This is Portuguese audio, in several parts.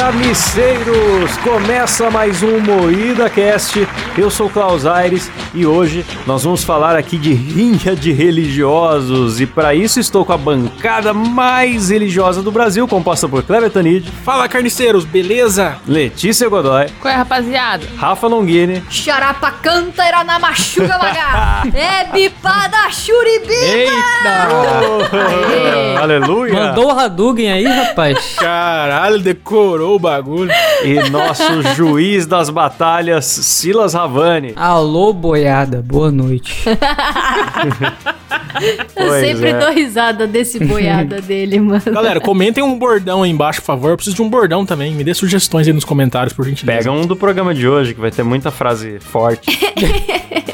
Camiseiros, começa mais um Moída Cast. Eu sou o Klaus Aires e hoje nós vamos falar aqui de rinha de religiosos. E para isso estou com a bancada mais religiosa do Brasil, composta por Cleber Tanid, Fala, carniceiros, beleza? Letícia Godoy, Qual é, rapaziada? Rafa Longini. Xarapa canta era na machuca lagarta. É bipada churibi. Oh, aleluia! um Mandou o Hadouken aí, rapaz. Caralho, decorou o bagulho. E nosso juiz das batalhas, Silas Ravani. Alô, boiada, boa noite. Eu Pois sempre é. dou risada desse boiada dele, mano. Galera, comentem um bordão aí embaixo, por favor. Eu preciso de um bordão também. Me dê sugestões aí nos comentários, por gentileza. Pega um do programa de hoje, que vai ter muita frase forte.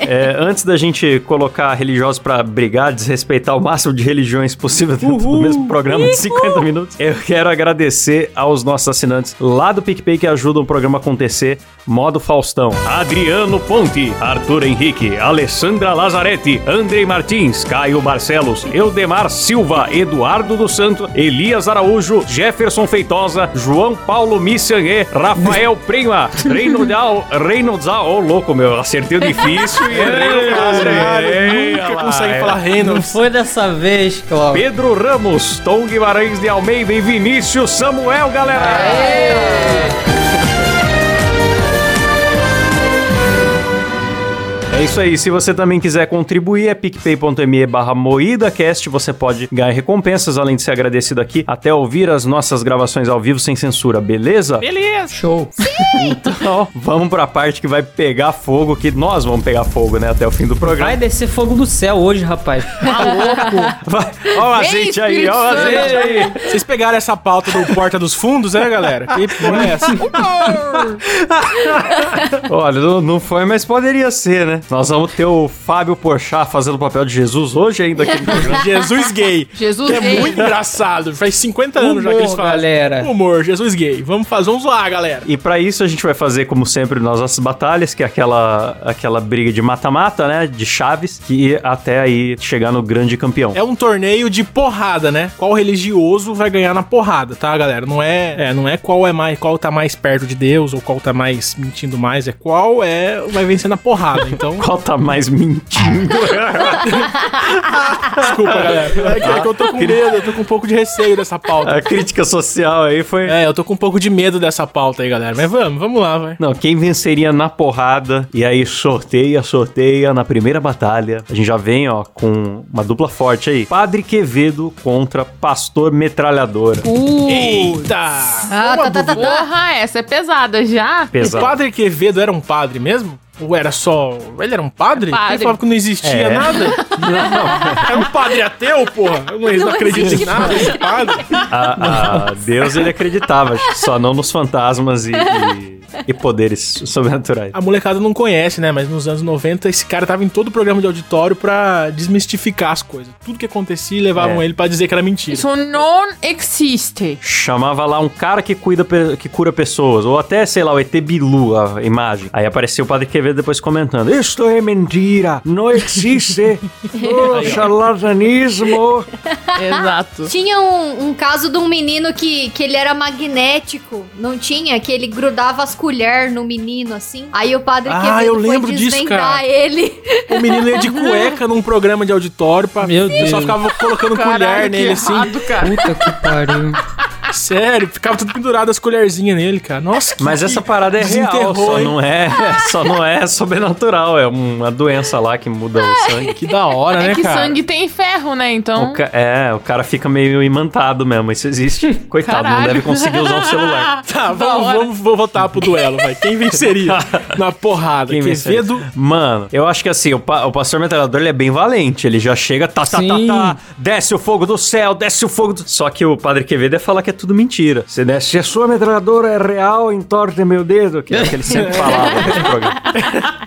É, antes da gente colocar religiosos pra brigar, desrespeitar o máximo de religiões possível dentro do mesmo um programa de 50 minutos, eu quero agradecer aos nossos assinantes lá do PicPay que ajudam o programa a acontecer, modo Faustão. Adriano Ponte, Arthur Henrique, Alessandra Lazarete, Andrei Martins, Caio Barcelos, Eudemar Silva, Eduardo do Santo, Elias Araújo, Jefferson Feitosa, João Paulo Missanê, Rafael Prima, Reinaldal, Reinaldal, ô louco meu, acertei o difícil e errei Ei, no fácil. caralho, Ei, É, nunca olha lá, consegue é. falar Não Reynolds. foi dessa vez, Cláudio. Pedro Ramos, Tom Guimarães de Almeida e Vinícius Samuel, galera! É isso aí, se você também quiser contribuir, é picpay.me barra moídacast, você pode ganhar recompensas, além de ser agradecido aqui, até ouvir as nossas gravações ao vivo sem censura, beleza? Show. Então, vamos pra parte que vai pegar fogo, que nós vamos pegar fogo, né, até o fim do Vai programa. descer fogo do céu hoje, rapaz. Vai, ó o azeite aí, ó o azeite aí! Vocês pegaram essa pauta do Porta dos Fundos, né, galera? Que porra é essa? Olha, não, não foi, mas poderia ser, né? Nós vamos ter o Fábio Porchat fazendo o papel de Jesus hoje ainda aqui no programa. Jesus gay. Jesus Que é gay. muito engraçado. Faz 50 anos já que eles Humor, fazem. galera. Humor, Jesus gay. Vamos fazer, vamos lá, galera. E pra isso a gente vai fazer, como sempre, nas nossas batalhas, que é aquela, aquela briga de mata-mata, né? De chaves, que até aí chegar no grande campeão. É um torneio de porrada, né? Qual religioso vai ganhar na porrada, tá, galera? Não é, é, não é qual é mais, qual tá mais perto de Deus ou qual tá mais mentindo mais, é qual é vai vencer na porrada. Então, Qual tá mais mentindo? desculpa, galera. É que, é que eu tô com medo, eu tô com um pouco de receio dessa pauta. a crítica social aí foi. É, eu tô com um pouco de medo dessa pauta aí, galera. Mas vamos, vamos lá, vai. Não, quem venceria na porrada? E aí sorteia, sorteia na primeira batalha. A gente já vem, ó, com uma dupla forte aí. Padre Quevedo contra Pastor Metralhadora. Eita! Ah, tá, tá, tá, tá. Porra, essa é pesada já. O Pesado. padre Quevedo era um padre mesmo? Ou era só. Ele era um É padre? Padre. Ele falava que não existia É. nada? Era um padre ateu, porra? Eu não, não acredito em existe nada, esse padre. A, a Deus ele acreditava, acho que só não nos fantasmas e- e- e poderes sobrenaturais. A molecada não conhece, né? Mas nos anos 90, esse cara tava em todo o programa de auditório pra desmistificar as coisas. Tudo que acontecia, levavam É. ele pra dizer que era mentira. Isso não existe. chamava lá um cara que cuida pe- que cura pessoas, ou até, sei lá, o ET Bilu, a imagem. Aí apareceu o Padre Quevedo depois comentando: Isto é mentira, não existe, oh, charlatanismo. Exato. Tinha um, um caso de um menino que, que ele era magnético, não tinha? Que ele grudava as colheres no menino, assim. Aí o padre Ah, Quevedo eu foi lembro disso, desvendar cara. ele. é O menino ia de né? cueca num programa de auditório pra. Meu o pessoal Deus. ficava colocando colher nele assim. cara. Puta que pariu. Sério, ficava tudo pendurado as colherzinhas nele, cara. Nossa, que. Mas que- essa parada é real, desenterrou, só hein? não é, só não é sobrenatural, é uma doença lá que muda o sangue. Que da hora, É né, que cara? sangue tem ferro, né? Então. O ca- é, o cara fica meio imantado mesmo, isso existe. Coitado, não Caralho. deve conseguir usar um celular. Tá, Da vamos, hora. vamos, vou votar pro duelo, vai. Quem venceria na porrada? Quem venceria? Quevedo Mano, eu acho que assim, o, pa- o pastor metralhador ele é bem valente. Ele já chega, tá, tá, tá, Sim. tá, desce o fogo do céu, desce o fogo do... Só que o padre Quevedo é falar que é tudo mentira. Se, desce, se a sua É. metralhadora é real, entorta meu dedo, que é o que ele sempre falava no programa.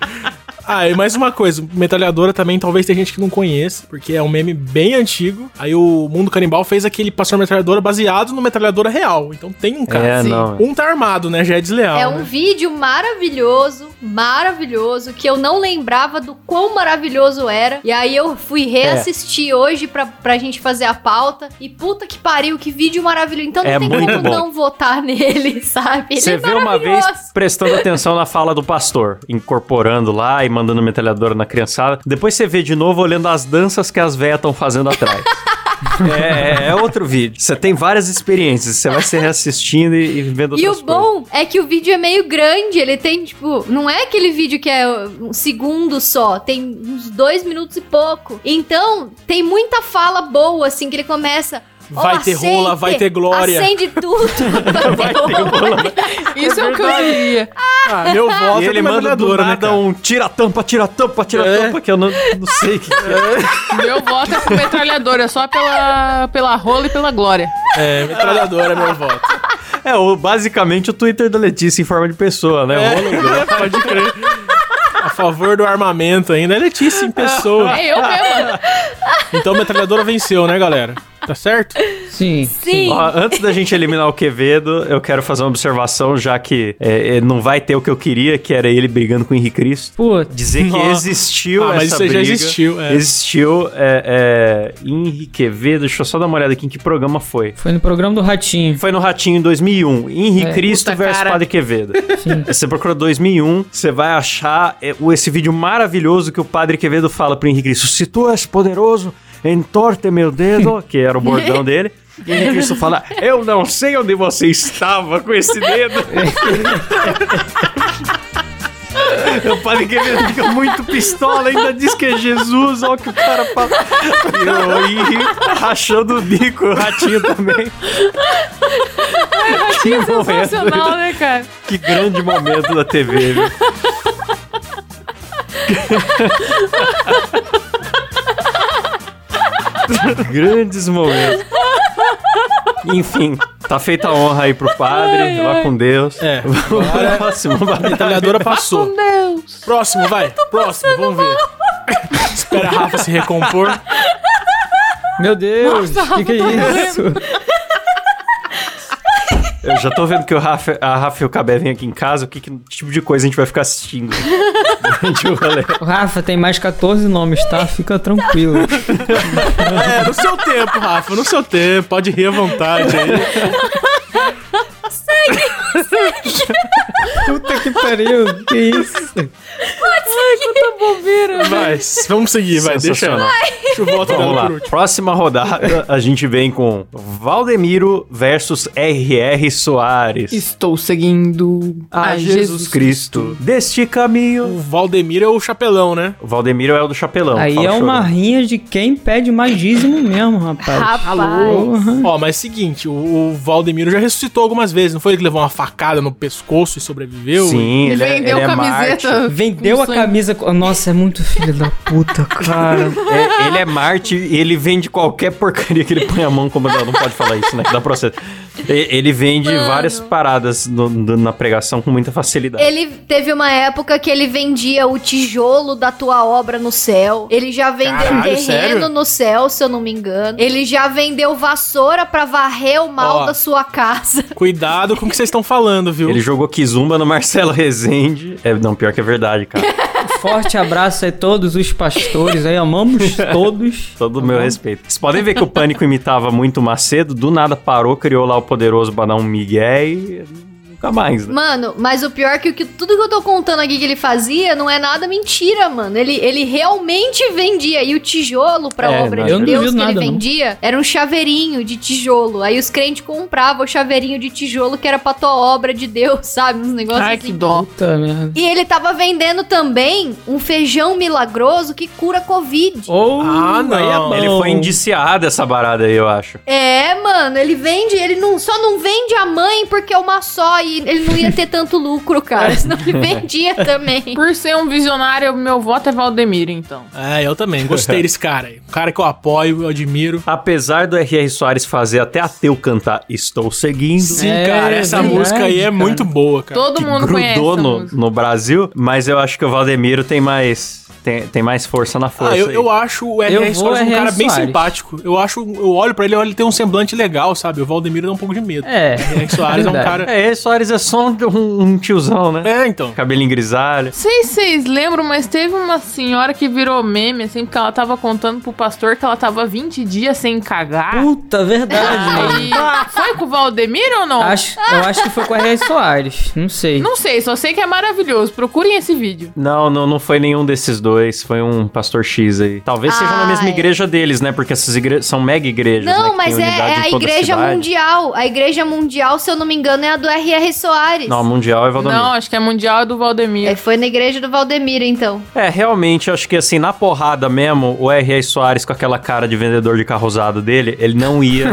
Ah, e mais uma coisa, metralhadora também talvez tem gente que não conheça, porque é um meme bem antigo. Aí o Mundo Canibal fez aquele pastor metralhadora baseado no metralhadora real. Então tem um cara. É, sim. não. Um tá armado, né? Já é desleal. É um né? vídeo maravilhoso, maravilhoso, que eu não lembrava do quão maravilhoso era. E aí eu fui É. reassistir hoje pra, pra gente fazer a pauta. E puta que pariu, que vídeo maravilhoso. Então não É tem muito como bom. não votar nele, sabe? Ele Você é vê uma vez maravilhoso. prestando atenção na fala do pastor, incorporando lá e mandando metralhadora na criançada. Depois você vê de novo olhando as danças que as véias estão fazendo atrás. É, é outro vídeo. Você tem várias experiências. Você vai se reassistindo e, e vendo E outras o bom é que o vídeo é meio grande, ele tem, tipo, não é aquele vídeo que é um segundo só, tem uns dois minutos e pouco. Então, tem muita fala boa, assim, que ele começa. "Ó, Vai ter rola, vai ter glória." Acende tudo, vai ter rola. Isso é o que eu queria. Ah, meu voto E é ele do manda do metralhadora, né, nada cara? um tira-tampa, tira-tampa, tira-tampa, que eu não, não sei o que que é. Meu voto é com metralhadora, só pela, pela rola e pela glória. É, metralhadora é meu voto. É, o, basicamente o Twitter da Letícia em forma de pessoa, né? O rolo- Pode crer. A favor do armamento ainda. É Letícia em pessoa. É eu mesma. Então metralhadora venceu, né, galera? Tá certo? Sim. Sim. Ó, antes da gente eliminar o Quevedo, eu quero fazer uma observação, já que é, é, não vai ter o que eu queria, que era ele brigando com o Henrique Cristo. Putz. Dizer que Nossa. existiu Ah, essa mas isso aí já briga. existiu, é. Existiu. É, é, Henrique Quevedo, deixa eu só dar uma olhada aqui em que programa foi. Foi no programa do Ratinho. Foi no Ratinho em 2001, Henrique É. um. Cristo Puta, versus cara. Padre Quevedo. Sim. Você procura 2001, você vai achar é, o- esse vídeo maravilhoso que o Padre Quevedo fala pro Henrique Cristo: Se tu és poderoso, entorte meu dedo, que era o bordão dele. E Henrique Cristo fala: Eu não sei onde você estava com esse dedo. O padre Quevedo fica muito pistola, ainda diz que é Jesus, olha o que o cara fala. E o Henrique rachando o bico, o ratinho também. Que momento. é Sensacional, né, cara? Que grande momento da TV, viu? Grandes momentos. Enfim, tá feita a honra aí pro padre. vá com Deus. É. um Vamos pro próximo. Metralhadora passou. Com Deus. Próximo, vai. Próximo, vamos ver. Espera a Rafa se recompor. Meu Deus, o que, que é isso? Eu já tô vendo que o Rafa, a Rafa e o Cabé vêm aqui em casa. O que, que tipo de coisa a gente vai ficar assistindo? durante o rolê? Rafa, tem mais 14 nomes, tá? Fica tranquilo. É, no seu tempo, Rafa, no seu tempo. Pode rir à vontade aí. Puta que pariu, que isso? tá Vai, vamos seguir, vai. Deixa, Sensacional. deixa o voto Vamos dela lá. por último. Próxima rodada, a gente vem com Valdemiro versus RR Soares. Estou seguindo A Jesus Cristo. Deste caminho. O Valdemiro é o chapelão, né? O Valdemiro é o do chapelão. Aí fala é uma chorando. rinha de quem pede mais dízimo mesmo, rapaz. Rapaz. Porra. Ó, mas seguinte, o, o Valdemiro já ressuscitou algumas vezes, não foi ele que levou uma facada no pescoço e sobreviveu? Sim, ele, Ele é- vendeu ele é Marte. camiseta. Vendeu com a sangue. camisa. co- Nossa, é muito filho da puta, cara. É, ele é Marte e ele vende qualquer porcaria que ele põe a mão como. Não, não pode falar isso, né? Que dá processo. E- Ele vende várias paradas no- no- na pregação com muita facilidade. Ele teve uma época que ele vendia o tijolo da tua obra no céu. Ele já vendeu Caralho, terreno sério? no céu, se eu não me engano. Ele já vendeu vassoura pra varrer o mal Ó. da sua casa. Cuidado com o que vocês estão falando, viu? Ele jogou Kizumba no Marcelo Rezende. É, não, pior que é verdade, cara. Forte abraço a todos os pastores aí, amamos todos. Todo o meu respeito. Vocês podem ver que o Pânico imitava muito o Macedo, do nada parou, criou lá o poderoso pra dar um migué e nunca mais, né? Mano, mas o pior é que, o que tudo que eu tô contando aqui que ele fazia não é nada mentira, mano. Ele, ele realmente vendia. E o tijolo pra É, obra não, de eu não Deus duvido que nada, ele não. vendia era um chaveirinho de tijolo. Aí os crentes compravam o chaveirinho de tijolo que era pra tua obra de Deus, sabe? Uns negócios Ai, assim. que dó. Puta merda. E ele tava vendendo também um feijão milagroso que cura Covid. Ou Ah, não. aí é bom. Ele foi indiciado essa barada aí, eu acho. É, mano, ele vende, ele não, só não vende a mãe porque é uma só e e ele não ia ter tanto lucro, cara. Senão ele vendia também. Por ser um visionário, meu voto é Valdemiro, então. É, eu também. Gostei desse cara aí. Um cara que eu apoio, eu admiro. Apesar do R.R. Soares fazer até ateu cantar Estou Seguindo, né, Sim, É, cara, essa verdade, música aí é cara. muito boa, cara. Todo mundo conhece. grudou essa no, música. no Brasil, mas eu acho que o Valdemiro tem mais, tem, tem mais força na força. Ah, eu, aí. eu acho o R.R. Eu vou Soares um R.R. cara bem Soares. simpático. Eu acho, eu olho pra ele, eu olho, ele tem um semblante legal, sabe? O Valdemiro dá um pouco de medo. É. R.R. Soares é um Verdade. cara... É, ele Soares é só um, um tiozão, né? É, então. Cabelinho grisalho. Não sei se vocês lembram, mas teve uma senhora que virou meme, assim, porque ela tava contando pro pastor que ela tava 20 dias sem cagar. Puta, verdade, Ah, mano. Aí, foi com o Valdemir ou não? Acho, eu acho que foi com a R.R. Soares. Não sei. Não sei, só sei que é maravilhoso. Procurem esse vídeo. Não, não, não foi nenhum desses dois. Foi um pastor X aí. Talvez seja na Ah, mesma é. igreja deles, né? Porque essas igrejas são mega igrejas. né, Não, que mas é, tem unidade é em a toda Igreja cidade. Mundial. A Igreja Mundial, se eu não me engano, é a do R.R. Soares. Não, a mundial é Valdomiro. Não, acho que é Mundial do Valdemir. É, foi na igreja do Valdemiro, então. É, realmente, acho que assim, na porrada mesmo, o R.R. Soares com aquela cara de vendedor de carro usado dele, ele não ia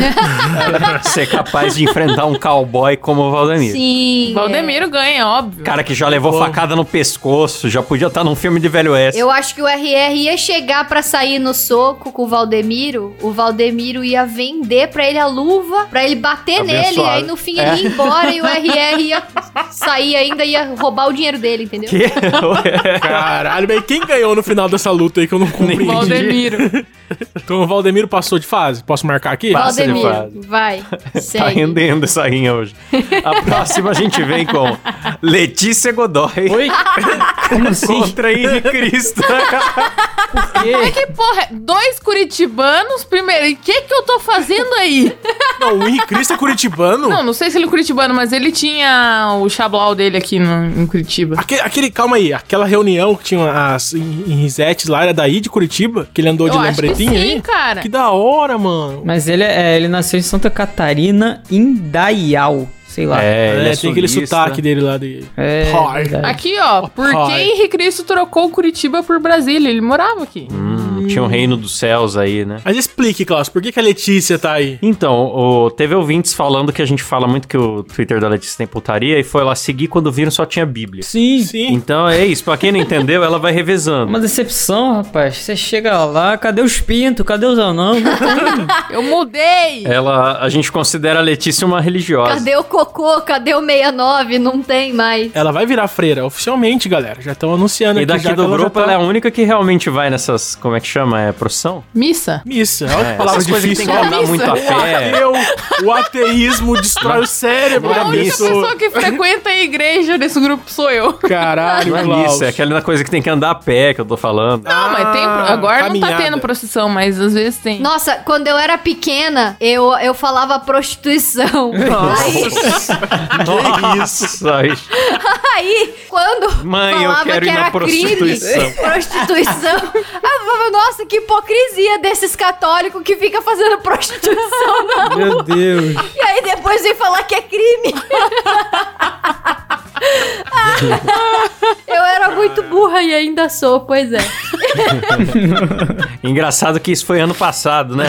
ser capaz de enfrentar um cowboy como o Valdemiro. é. Sim. Valdemiro ganha, óbvio. Cara que já levou Bom. facada no pescoço, já podia estar num filme de velho é. oeste. Eu acho que o RR ia chegar pra sair no soco com o Valdemiro. O Valdemiro ia vender pra ele a luva, pra ele bater Abençoado. nele. Aí no fim É. ele ia embora e o RR ia sair ainda, ia roubar o dinheiro dele, entendeu? Que? tá Caralho, mas quem ganhou no final dessa luta aí que eu não compreendi? Valdemiro. Então o Valdemiro passou de fase? Posso marcar aqui? Passa. de Valdemiro, fase. vai. tá Segue. rendendo essa rinha hoje. A próxima a gente vem com Letícia Godoy Oi? Como assim? contra Henrique Cristo. Quê? que porra? é? Dois curitibanos, primeiro. E o que que eu tô fazendo aí? Não, o Henrique Cristo é curitibano? Não, não sei se ele é curitibano, mas ele tinha o xablau dele aqui no- em Curitiba. Aque- Aquele, calma aí, aquela reunião que tinha as em, em Risetes lá, era daí de Curitiba, que ele andou Ah, de eu acho que lambretinho sim, aí. cara. Que da hora, mano. Mas ele, é, ele nasceu em Santa Catarina, Indaial. Sei lá. É, ele É, tem aquele sulista. sotaque dele lá de. É, Pai. verdade. Aqui, ó. Por que Ai. Henrique Cristo trocou Curitiba por Brasília? Ele morava aqui. Hum, tinha o reino dos céus aí, né? Mas explique, Klaus, por que, que a Letícia tá aí? Então, o- teve ouvintes falando que a gente fala muito que o Twitter da Letícia tem putaria e foi lá seguir quando viram só tinha Bíblia. Sim. Sim. Então é isso, pra quem não entendeu, ela vai revezando. Uma decepção, rapaz. Você chega lá, cadê os pintos? Cadê os anão? Eu mudei! É. assim, Ela, a gente considera a Letícia uma religiosa. Cadê o cocô? Cadê o 69? Não tem mais. Ela vai virar freira, oficialmente, galera. Já estão anunciando E aqui. daqui já do que ela já grupo, tá- ela é a única que realmente vai nessas, como é que chama? É profissão? Missa. Missa. Olha que É, palavra essas coisas que tem difícil. que ó. andar muito a O pé. ateu, o ateísmo destrói o cérebro Não é da A única missa. pessoa. pessoa que frequenta a igreja nesse grupo sou eu. Caralho, Não é Klaus. missa, é aquela coisa que tem que andar a pé que eu tô falando. Não, mas tem. Ah, Agora não caminhada. tá tendo procissão, mas às vezes tem. Nossa, quando eu era pequena, eu, eu falava prostituição. Aí, Nossa, isso. aí, quando Mãe, eu falava quero que ir na era prostituição. crime, prostituição, eu falava, nossa, que hipocrisia desses católicos que fica fazendo prostituição. não." é Meu Deus. E aí depois vem falar que é crime. eu era muito burra e ainda sou, pois é. Engraçado que isso foi ano passado, né?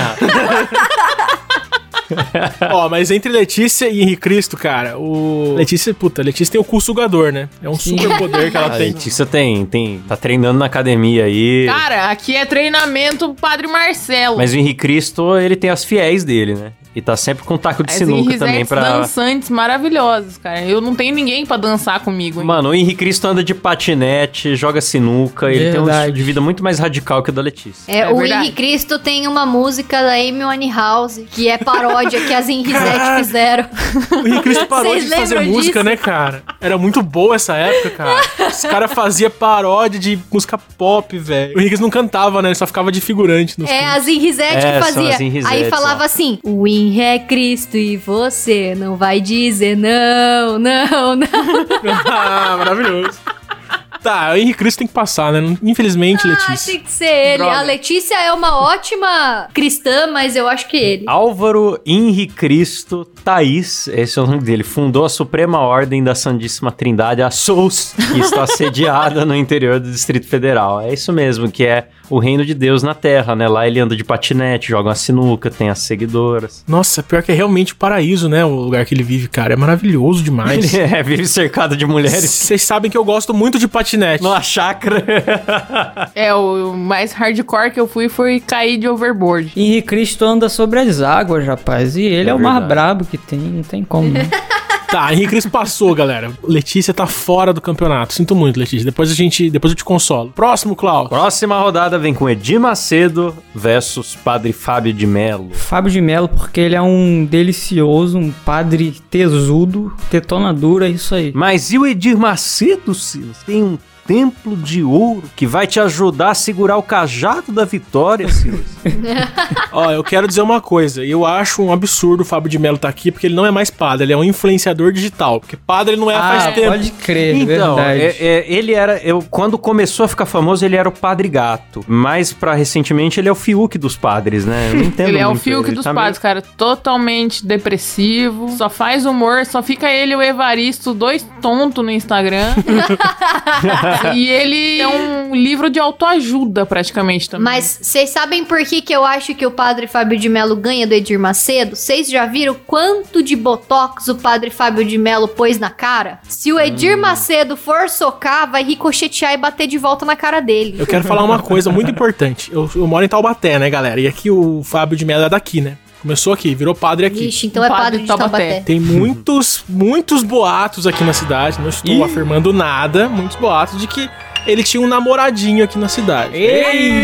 Ó, mas entre Letícia e Henrique Cristo, cara, o. Letícia, é puta, Letícia tem o cu sugador, né? É um Sim. super poder que ela A tem. Letícia tem, tem, tá treinando na academia aí. Cara, aqui é treinamento Padre Marcelo. Mas o Henrique Cristo, ele tem as fiéis dele, né? E tá sempre com um taco de As sinuca Henrizetes também pra... dançantes maravilhosos, cara. Eu não tenho ninguém pra dançar comigo. hein? Mano, o Henrique Cristo anda de patinete, joga sinuca, ele tem um Verdade. estilo de vida muito mais radical que o da Letícia. É, É o verdade. Henri Cristo tem uma música da Amy Winehouse, que é paródia que as Henrisette fizeram. O Henrique Cristo parou Vocês de fazer lembram música, disso? né, cara? Era muito boa essa época, cara. Os caras faziam paródia de música pop, velho. O Henrique Cristo não cantava, né? Ele só ficava de figurante nos É, filmes. a Zinrisete É, que são fazia. as Zinrisetes, Aí falava ó. assim: o Win é Cristo e você não vai dizer não, não, não. ah, maravilhoso. Tá, o Henrique Cristo tem que passar, né? Infelizmente, Ah, Letícia. tem que ser ele. Droga. A Letícia é uma ótima cristã, mas eu acho que ele. Álvaro Henrique Cristo Thaís, esse é o nome dele, fundou a Suprema Ordem da Santíssima Trindade, a SOUS, que está sediada no interior do Distrito Federal. É isso mesmo, que é o reino de Deus na Terra, né? Lá ele anda de patinete, joga uma sinuca, tem as seguidoras. Nossa, pior que é realmente o paraíso, né? O lugar que ele vive, cara. É maravilhoso demais. Ele é, vive cercado de mulheres Vocês sabem que eu gosto muito de patinete. numa chácara. É, o mais hardcore que eu fui foi cair de overboard. E Cristo anda sobre as águas, rapaz. E ele é, É o mais verdade. brabo que tem, não tem como. né? Tá, Henrique Cris passou, galera. Letícia tá fora do campeonato. Sinto muito, Letícia. Depois a gente. Depois eu te consolo. Próximo, Klaus. Próxima rodada vem com Edir Macedo versus Padre Fábio de Melo. Fábio de Melo, porque ele é um delicioso, um padre tesudo, tetona dura, é isso aí. Mas e o Edir Macedo, Silas? Tem um templo de ouro que vai te ajudar a segurar o cajado da vitória, Silas. Ó, eu quero dizer uma coisa. Eu acho um absurdo o Fábio de Mello tá aqui, porque ele não é mais padre, ele é um influenciador digital. Porque padre ele não é Ah, faz tempo. pode crer, então, verdade. é- é- ele era. Eu, quando começou a ficar famoso, ele era o Padre Gato. Mas pra recentemente, ele é o Fiuk dos padres, né? Eu não entendo. ele é o muito, Fiuk ele dos tá meio- padres, cara. Totalmente depressivo. Só faz humor. Só fica ele e o Evaristo, dois tontos no Instagram. e ele é um livro de autoajuda, praticamente, também. Mas vocês sabem por que, que eu acho que o padre Fábio de Melo ganha do Edir Macedo? Vocês já viram quanto de botox o padre Fábio de Melo pôs na cara? Se o Edir Macedo for socar, vai ricochetear e bater de volta na cara dele. Eu quero falar uma coisa muito importante. Eu, eu moro em Taubaté, né, galera? E aqui o Fábio de Mello é daqui, né? Começou aqui, virou padre aqui. Ixi, então é Padre padre de Taubaté. Taubaté. Tem muitos, muitos boatos aqui na cidade. Não estou afirmando nada, muitos boatos de que ele tinha um namoradinho aqui na cidade.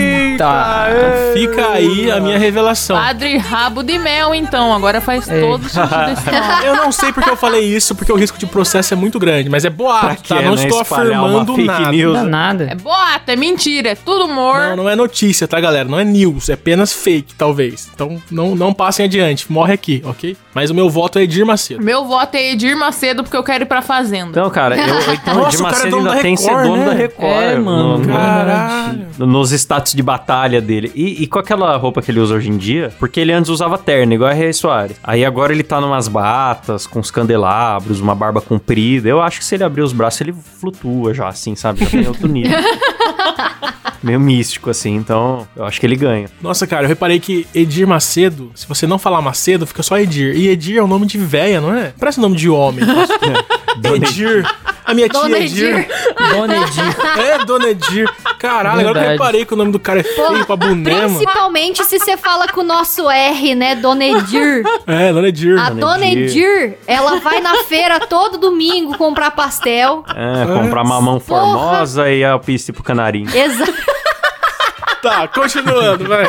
Eita! Fica aí a minha revelação. Padre Rabo de Mel, então. Agora faz É. todo sentido esse nome. Eu não sei porque eu falei isso, porque o risco de processo é muito grande, mas é Pra boato, quê, tá? Não né? estou Espalhar uma afirmando fake nada. news. Não dá nada. É boato, é mentira, é tudo humor. Não, não é notícia, tá, galera? Não é news, é apenas fake, talvez. Então não, não passem adiante, morre aqui, ok? Mas o meu voto é Edir Macedo. Meu voto é Edir Macedo, porque eu quero ir pra Fazenda. Então, cara, eu, então o Nossa, Edir o cara é Macedo dono ainda da tem ser Record, dono né? da Record. É, mano, no- no- Caralho. nos status de batalha dele. E, e com aquela roupa que ele usa hoje em dia, porque ele antes usava terno, igual a Rei Soares. Aí agora ele tá numas batas, com os candelabros, uma barba comprida. Eu acho que se ele abrir os braços, ele flutua já, assim, sabe? Já tem outro nível. Meio místico, assim, então eu acho que ele ganha. Nossa, cara, eu reparei que Edir Macedo, se você não falar Macedo, fica só Edir. E Edir é o nome de véia, não é? Parece nome de homem. Edir. A minha tia Dona Edir. Edir. Dona Edir. É, Dona Edir. Caralho, agora que eu Verdade. reparei que o nome do cara é feio pra boné, mano. Principalmente se você fala com o nosso R, né, Dona Edir. É, Dona Edir. A Dona Dona Edir, ela vai na feira todo domingo comprar pastel. É, comprar mamão formosa e alpiste pro canarinho. Exato. Tá, continuando, vai.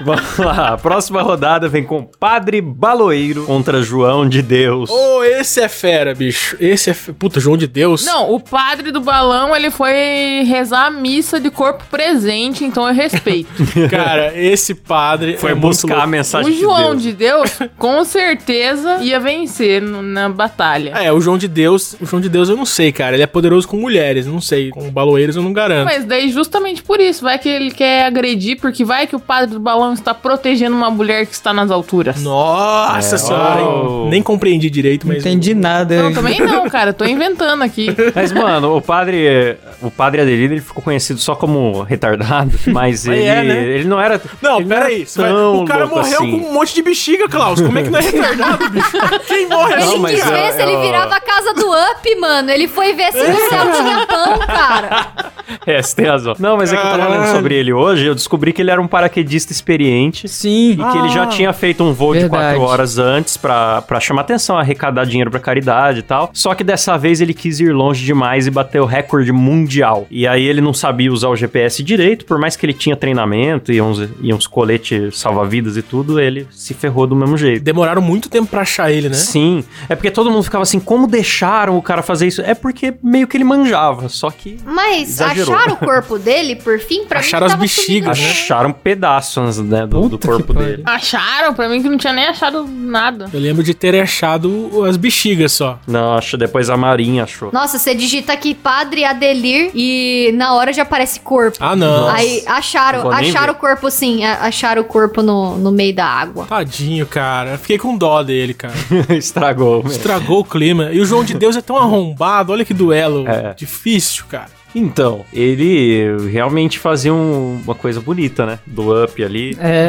Vamos lá, a próxima rodada vem com Padre Baloeiro contra João de Deus. Ô, esse é fera, bicho. Esse é. fe- Puta, João de Deus. Não, o padre do balão, ele foi rezar a missa de corpo presente, então eu respeito. Cara, esse padre. Foi é muito buscar a louco. mensagem o João de Deus. de Deus, com certeza, ia vencer no- na batalha. É, o João de Deus. O João de Deus eu não sei, cara. Ele é poderoso com mulheres, não sei. Com baloeiros eu não garanto. Mas daí, justamente por isso, vai que ele quer agredir, porque vai que o padre do balão está protegendo uma mulher que está nas alturas. Nossa É, senhora. ó. hein? Nem compreendi direito, Não mas. entendi nada. Não, também não, cara, eu tô inventando aqui. Mas, mano, o padre. O padre Adelino ele ficou conhecido só como retardado, mas ele, é, né? ele não era. Não, ele era peraí. você vai- tão O cara louco morreu assim. com um monte de bexiga, Klaus. Como é que não é retardado, bicho? Quem morre Ele Não, assim? mas é, quis ver eu- se ele eu- virava a casa do Up, mano. Ele foi ver se no céu tinha pão, cara. É, você tem razão. Não, mas é que eu tava Caralho. lendo sobre ele hoje, eu descobri que ele era um paraquedista experiente. Sim. E que ele já tinha feito um voo de Ah, Verdade. quatro horas antes pra pra chamar atenção, arrecadar dinheiro pra caridade e tal. Só que dessa vez ele quis ir longe demais e bateu o recorde mundial. E aí ele não sabia usar o GPS direito, por mais que ele tinha treinamento e uns, e uns coletes salva-vidas e tudo, ele se ferrou do mesmo jeito. Demoraram muito tempo pra achar ele, né? Sim, é porque todo mundo ficava assim, como deixaram o cara fazer isso? É porque meio que ele manjava, só que Mas exagerou. acharam o corpo dele, por fim, pra Acharam mim as tava bexigas, sumido. Acharam pedaços, né, do, do Né? Puta corpo que dele. Acharam? Pra mim que não tinha nem achado nada. Eu lembro de ter achado as bexigas só. Não, acho, depois a Marinha achou. Nossa, você digita aqui Padre Adelir e na hora já aparece corpo. Ah, não. Nossa. Aí acharam, Vou nem acharam o corpo sim, a- acharam o corpo no, no meio da água. Tadinho, cara. Eu Fiquei com dó dele, cara. Estragou. mesmo. Estragou o clima. E o João de Deus é tão arrombado. Olha que duelo É. difícil, cara. Então, ele realmente fazia um- uma coisa bonita, né? Do up ali. É. É.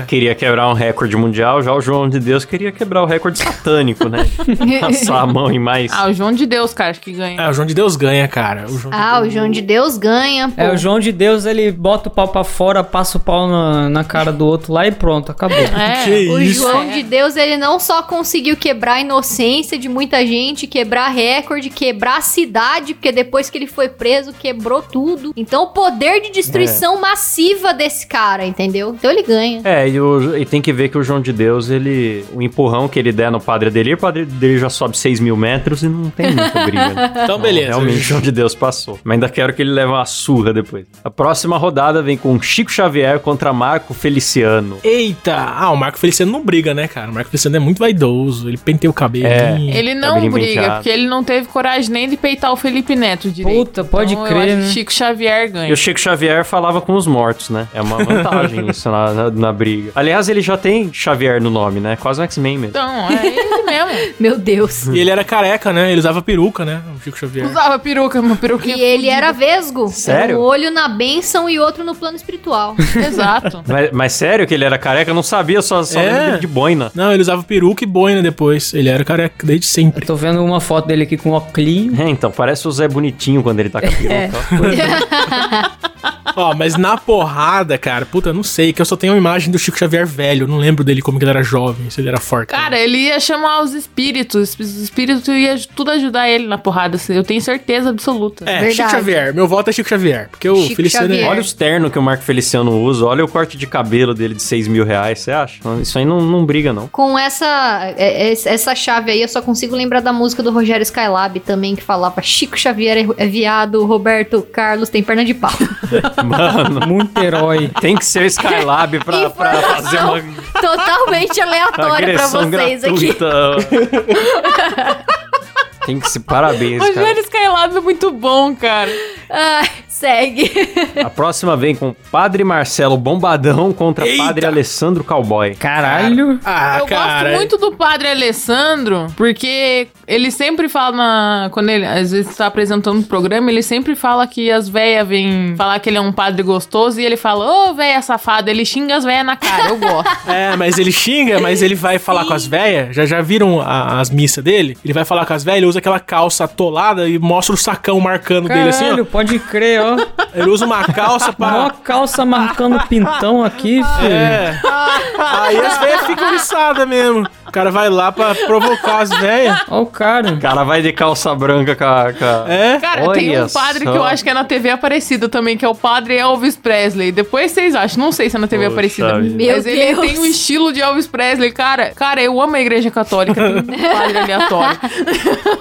É, queria quebrar um recorde mundial, já o João de Deus queria quebrar o recorde satânico, né? Passar a mão em mais. Ah, o João de Deus, cara, acho que ganha. É, o João de Deus ganha, cara. O João de Ah, o João de Deus ganha, pô. É, o João de Deus, ele bota o pau pra fora, passa o pau na, na cara do outro lá e pronto, acabou. É. Que O isso? João É. de Deus, ele não só conseguiu quebrar a inocência de muita gente, quebrar recorde, quebrar a cidade, porque depois que ele foi preso, quebrou tudo. Então, o poder de destruição massiva desse cara, entendeu? Então, ele ganha. É, e, o- e tem que ver que o João de Deus, ele. O empurrão que ele der no padre Adelir, o padre Adelir já sobe 6 mil metros e não tem muita briga. né? Então, Não, beleza. Realmente, o João de Deus passou. Mas ainda quero que ele leve uma surra depois. A próxima rodada vem com Chico Xavier contra Marco Feliciano. Eita! Ah, o Marco Feliciano não briga, né, cara? O Marco Feliciano é muito vaidoso. Ele penteia o cabelo. Ele Tá não bem briga, penteado. porque ele não teve coragem nem de peitar o Felipe Neto direito. Puta, pode Então, eu crer, acho né? que Chico Xavier E ganha. o Chico Xavier falava com os mortos, né? É uma vantagem isso na, na- na briga. Aliás, ele já tem Xavier no nome, né? Quase um X-Men mesmo. Então, é ele mesmo. Meu Deus. E ele era careca, né? Ele usava peruca, né? O Chico Xavier. Usava peruca, uma peruquinha. E ele era vesgo. Sério? Era Um olho na bênção e outro no plano espiritual. Exato. Mas, mas sério que ele era careca? Eu não sabia, só, só É. lembro dele de boina. Não, ele usava peruca e boina depois. Ele era careca desde sempre. Eu tô vendo uma foto dele aqui com o Oclean. É, então, parece o Zé Bonitinho quando ele tá com a É. peruca. ó. Ó, mas na porrada, cara, puta, não sei, que eu só tenho a imagem do Chico Xavier velho. eu Não lembro dele como que ele era jovem, se ele era forte. Cara, ele ia chamar os espíritos. Os espíritos iam tudo ajudar ele na porrada. assim, Eu tenho certeza absoluta. É, Verdade. Chico Xavier. Meu voto é Chico Xavier. Porque o Chico Feliciano Xavier. é. Olha os ternos que o Marco Feliciano usa, olha o corte de cabelo dele de 6 mil reais, você acha? Isso aí não, não briga, não. Com essa, é- é- essa chave aí, eu só consigo lembrar da música do Rogério Skylab também, que falava Chico Xavier é- é viado, Roberto Carlos tem perna de pau. Mano, Muito herói. tem que ser o Skylab pra, pra fazer Informação uma totalmente aleatória pra agressão vocês aqui. gratuita. tem que se parabéns, cara. Rogério Skylab é muito bom, cara. Ah, segue. A próxima vem com Padre Marcelo Bombadão contra Eita! Padre Alessandro Cowboy. Caralho. Ah, eu gosto muito do padre Alessandro, porque ele sempre fala, na- quando ele às vezes tá apresentando o programa, ele sempre fala que as véias vêm falar que ele é um padre gostoso e ele fala, ô véia safada, ele xinga as véias na cara, eu gosto. É, mas ele xinga, mas ele vai falar com as velhas. Já já viram a- as missas dele? Ele vai falar com as velhas, ele usa aquela calça atolada e mostra o sacão marcando dele assim, Caralho, ó. pode crer, ó. Ele usa uma calça Mó pra. calça marcando pintão aqui, filho. É. Aí as velhas ficam liçadas mesmo. O cara vai lá pra provocar as velhas. Ó o cara. O cara vai de calça branca com a... com a- É. Cara, tem Olha um padre só. que eu acho que é na TV Aparecida também, que é o padre Elvis Presley. Depois vocês acham, não sei se é na TV Poxa Aparecida. vida. Meu mas ele Deus. tem um estilo de Elvis Presley, cara. Cara, eu amo a igreja católica, tem um padre aleatório.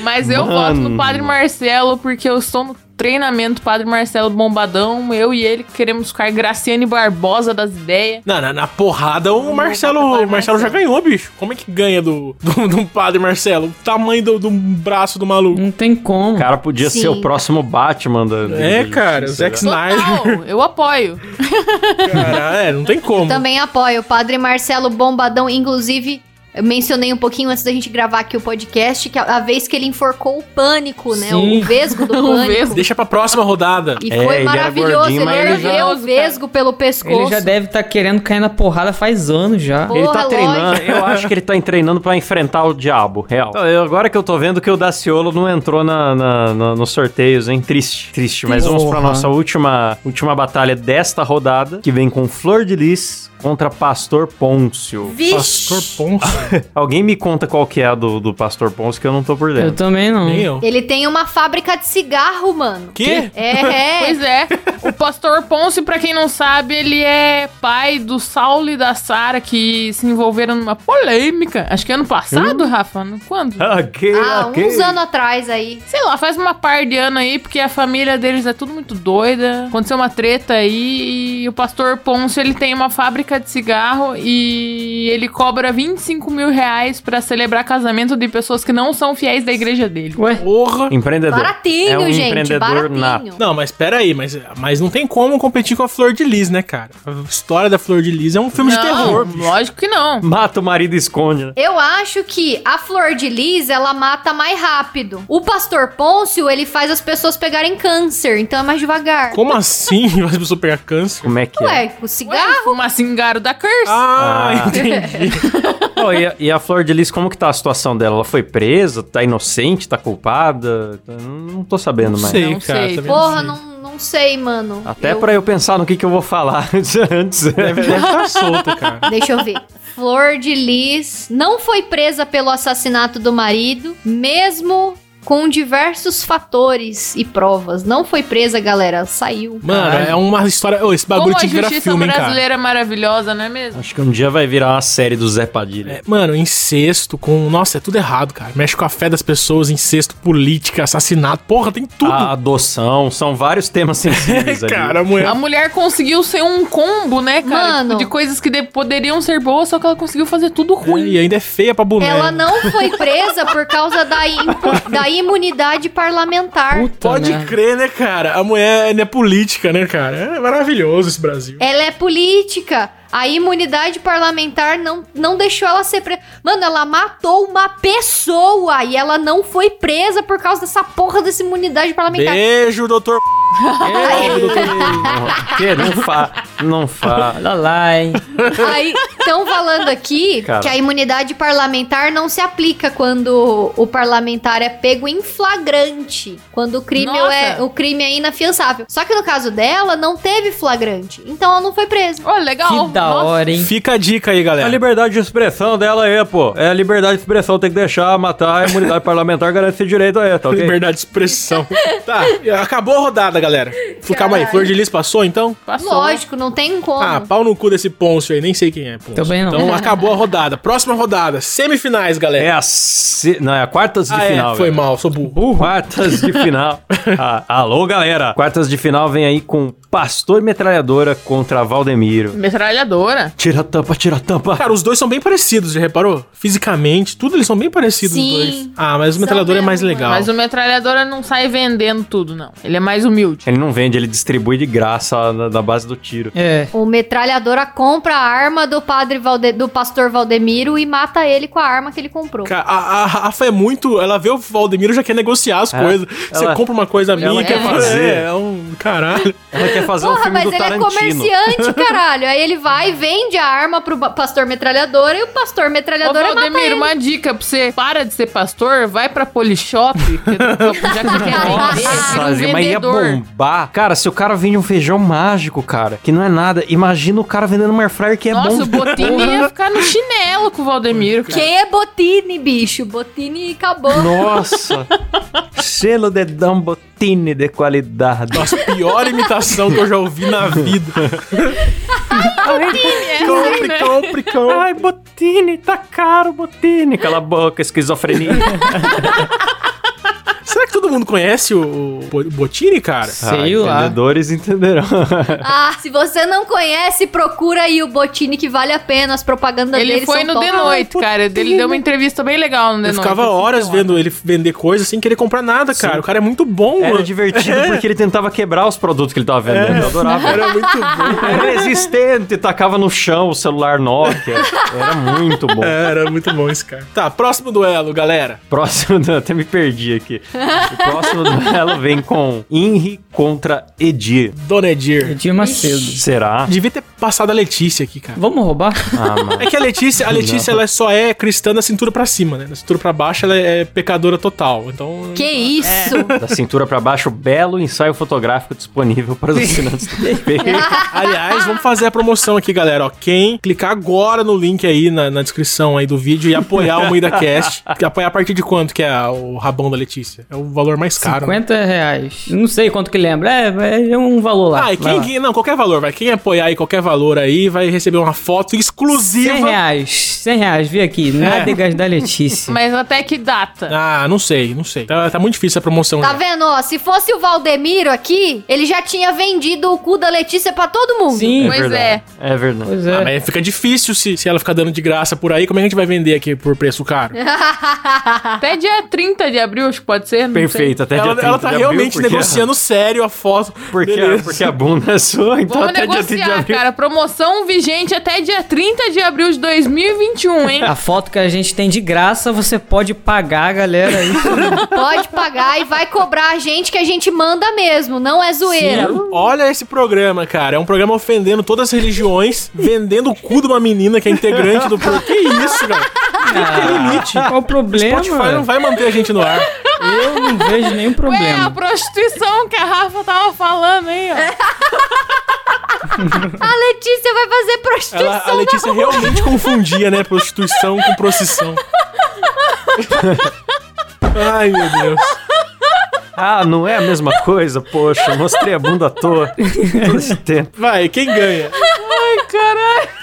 mas eu Mano. voto no padre Marcelo, porque eu estou no treinamento padre Marcelo Bombadão. Eu e ele queremos ficar Graciane Barbosa das ideias. Não, na, na porrada o Marcelo, o Marcelo já ganhou, bicho. Como é que ganha do, do, do padre Marcelo? O tamanho do, do braço do maluco. Não tem como. O cara podia Sim. ser o próximo Batman da... É, da- cara, o sei lá. Zack Snyder, Total, eu apoio. cara, é, não tem como. Também apoio o Padre Marcelo Bombadão, inclusive. Eu mencionei um pouquinho antes da gente gravar aqui o podcast que a, a vez que ele enforcou o pânico, né? Sim. O vesgo do O pânico. vesgo. Deixa pra próxima rodada. E É, ele foi era maravilhoso. gordinho, mas ele ele já- ergueu o vesgo pelo pescoço. Ele já deve estar querendo cair na porrada faz anos já. Pô. Ele Porra, tá treinando, lógico. eu acho que ele tá treinando pra enfrentar o diabo, real. Então, eu- agora que eu tô vendo que o Daciolo não entrou na, na- na- nos sorteios, hein? Triste, triste. Mas vamos pra Porra. nossa última, última batalha desta rodada, que vem com Flor de Lis contra Pastor Pôncio. Pastor Ponço. Alguém me conta qual que é a do, do Pastor Pôncio, que eu não tô por Eu dentro. também não. é. Nem eu. Ele tem uma fábrica de cigarro, mano. Quê? É, é. Pois é. O Pastor Ponce, pra quem não sabe, ele é pai do Saulo e da Sara que se envolveram numa polêmica. Acho que ano passado, Rafa? No- Quando? Ok, Ah, ok. uns anos atrás aí. Sei lá, faz uma par de ano aí, porque a família deles é tudo muito doida. Aconteceu uma treta aí e o pastor Ponce, ele tem uma fábrica de cigarro e ele cobra 25 mil reais pra celebrar casamento de pessoas que não são fiéis da igreja dele. Ué? Porra. Empreendedor. Baratinho, é um gente. empreendedor baratinho. nato. Não, mas pera aí, mas, mas não tem como competir com a Flor de Lis, né, cara? A história da Flor de Lis é um filme de terror. bicho. lógico que não. Mata o marido e esconde, né? Eu acho que a Flor de Lis, ela mata mais rápido. O Pastor Pôncio, ele faz as pessoas pegarem câncer, então é mais devagar. Como assim as pessoas pegar câncer? Como é que é? Ué, o cigarro? Uma cingaro da Curse. Ah, Ah. entendi. Ó, e, a, e a Flor de Lis, como que tá a situação dela? Ela foi presa? Tá inocente? Tá culpada? Eu Não tô sabendo Não mais. sei, Não cara. sei. também Porra, sei. não, não sei, mano. Até pra eu pensar no que, que eu vou falar antes. Deve estar solta, cara. Deixa eu ver. Flor de Lis não foi presa pelo assassinato do marido, mesmo com diversos fatores e provas. Não foi presa, galera. Saiu. Mano, é uma história. Ô, esse bagulho Como a tinha que virar justiça filme, hein, cara. brasileira é maravilhosa, não é mesmo? Acho que um dia vai virar uma série do Zé Padilha. É, mano, incesto com. Nossa, é tudo errado, cara. Mexe com a fé das pessoas, incesto, política, assassinato. Porra, tem tudo. A adoção, são vários temas sensíveis ali. cara, a mulher. A mulher conseguiu ser um combo, né, cara? Mano. Tipo, de coisas que de- poderiam ser boas, só que ela conseguiu fazer tudo ruim. E ainda é feia pra boneca. Ela não foi presa por causa da, impu- da imunidade parlamentar. Puta Pode merda. crer, né, cara? A mulher não é política, né, cara? É maravilhoso esse Brasil. Ela é política. A imunidade parlamentar não, não deixou ela ser presa. Mano, ela matou uma pessoa e ela não foi presa por causa dessa porra dessa imunidade parlamentar. Beijo, doutor. Beijo, doutor. Que? Não fa... Não fa... Olha lá, hein? Aí estão falando aqui Cara. que a imunidade parlamentar não se aplica quando o parlamentar é pego em flagrante, quando o crime Nossa. é o crime é inafiançável. Só que no caso dela não teve flagrante, então ela não foi presa. Olha, legal. Que da Nossa. hora, hein? Fica a dica aí, galera. liberdade de expressão dela aí, pô. É a liberdade de expressão, tem que deixar matar a imunidade parlamentar, garante esse direito aí, tá Liberdade de expressão. tá, acabou a rodada, galera. F- Calma aí, Caralho. Flor de Lis passou então? Passou. Lógico, não tem como. Ah, pau no cu desse Pôncio aí, nem sei quem é. Pôncio. Também não. Então acabou a rodada. Próxima rodada, semifinais, É galera. a... se- Não, é a quartas de ah, final. é, foi galera. mal, sou burro. Quartas de final. Ah, alô, galera. Quartas de final vem aí com Pastor Metralhadora contra Valdemiro. Metralhadora. Tira a tampa, tira a tampa. Cara, os dois são bem parecidos, já reparou? Fisicamente, tudo eles são bem parecidos Sim. os dois. Ah, mas o metralhador é mesmo, mais legal. Mas o metralhadora não sai vendendo tudo, não. Ele é mais humilde. Ele não vende, ele distribui de graça na, na base do tiro. É. O metralhadora compra a arma do padre Valde- do pastor Valdemiro e mata ele com a arma que ele comprou. Ca- A, a Rafa é muito. Ela vê o Valdemiro e já quer negociar as É. coisas. Você Ela- compra uma coisa minha ela e quer quer fazer. fazer. É, é um caralho. Ela quer fazer um Porra, filme mas do ele é Tarantino. comerciante, caralho. Aí ele vai, vende a arma pro ba- pastor metralhadora e o pastor Ô, metralhadora mata ele. Valdemiro, uma dica pra você. Para de ser pastor, vai pra polishop. que- é já que você quer Nossa, vender, vira é um mas ia vendedor. bombar. Cara, se o cara vende um feijão mágico, cara, que não é nada, imagina o cara vendendo um air fryer que é Nossa, bom. o Botini ia ficar no chinelo com o Valdemiro. cara. Que é Botini, bicho? Botini acabou. Nossa. Selo de Dambotini de qualidade. Nossa, pior imitação que eu já ouvi na vida. compre, compre, compre. Ai, Botini, tá caro, Botini. Cala a boca, esquizofrenia. Será que todo mundo conhece o, o Botini, cara? Sei Ah, lá. Entendedores entenderão. Ah, se você não conhece, procura aí o Botini que vale a pena. As propagandas Ele dele foi são no top. The Noite, cara. Ele deu uma entrevista bem legal no The Eu Noite. assim. ficava horas vendo ele vender coisa sem querer comprar nada, cara. O cara é muito bom, Era mano. divertido É. porque ele tentava quebrar os produtos que ele tava vendendo. Eu adorava. Era muito bom. Era resistente, tacava no chão o celular Nokia. Era muito bom. Era muito bom esse cara. Tá, próximo duelo, galera. Próximo, do- até me perdi aqui. O próximo duelo vem com Henry contra Edir. Dona Edir. Eu tinha Macedo. Será? Devia ter passado a Letícia aqui, cara. Vamos roubar? Ah, mano. É que a Letícia, a Letícia ela só é cristã da cintura pra cima, né? Da cintura pra baixo ela é pecadora total. Então. Que isso? Da cintura pra baixo, belo ensaio fotográfico disponível para os assinantes do PP. Ah, Aliás, vamos fazer a promoção aqui, galera. Ó, quem clicar agora no link aí na, na descrição aí do vídeo e apoiar o MuidaCast. Apoiar a partir de quanto que é o rabão da Letícia? É o valor valor mais caro. 50 reais. Não sei quanto que lembra. É, é um valor lá. Ah, e Vai quem, lá. quem- não, qualquer valor, vai. Quem apoiar aí qualquer valor aí vai receber uma foto 100 exclusiva. reais. 100 reais, vi aqui. É. Nádegas da Letícia. Mas até que data? Ah, não sei, não sei. Tá, tá muito difícil essa promoção. Tá já. vendo? Ó, se fosse o Valdemiro aqui, ele já tinha vendido o cu da Letícia pra todo um mundo. Sim, Pois verdade. É verdade. pois Ah, é. mas fica difícil se, se ela ficar dando de graça por aí. Como é que a gente vai vender aqui por preço caro? Até dia 30 de abril, acho que pode ser. não sei. Perfeito, até dia é. Ela, 30 ela tá de abril, realmente porque- negociando sério a foto. Porque, a- Beleza. porque a bunda é sua, então Vamos até dia 30 de negociar, abril. cara. Promoção vigente até dia 30 de abril de 2021, hein? A foto que a gente tem de graça, você pode pagar, galera. Aí. Pode pagar e vai cobrar a gente que a gente manda mesmo, não é zoeira. Olha esse programa, cara. É um programa ofendendo todas as religiões, vendendo o cu de uma menina que é integrante do programa. Que isso, cara? Qual o problema? Spotify não vai manter a gente no ar. Eu não vejo nenhum Ué, a problema. prostituição que a Rafa tava falando aí, ó. A Letícia vai fazer prostituição. Ela- a Letícia realmente confundia, né? Prostituição com procissão. Ai, meu Deus. Ah, não é a mesma coisa? Poxa, mostrei a bunda à toa todo esse tempo. Vai, quem ganha?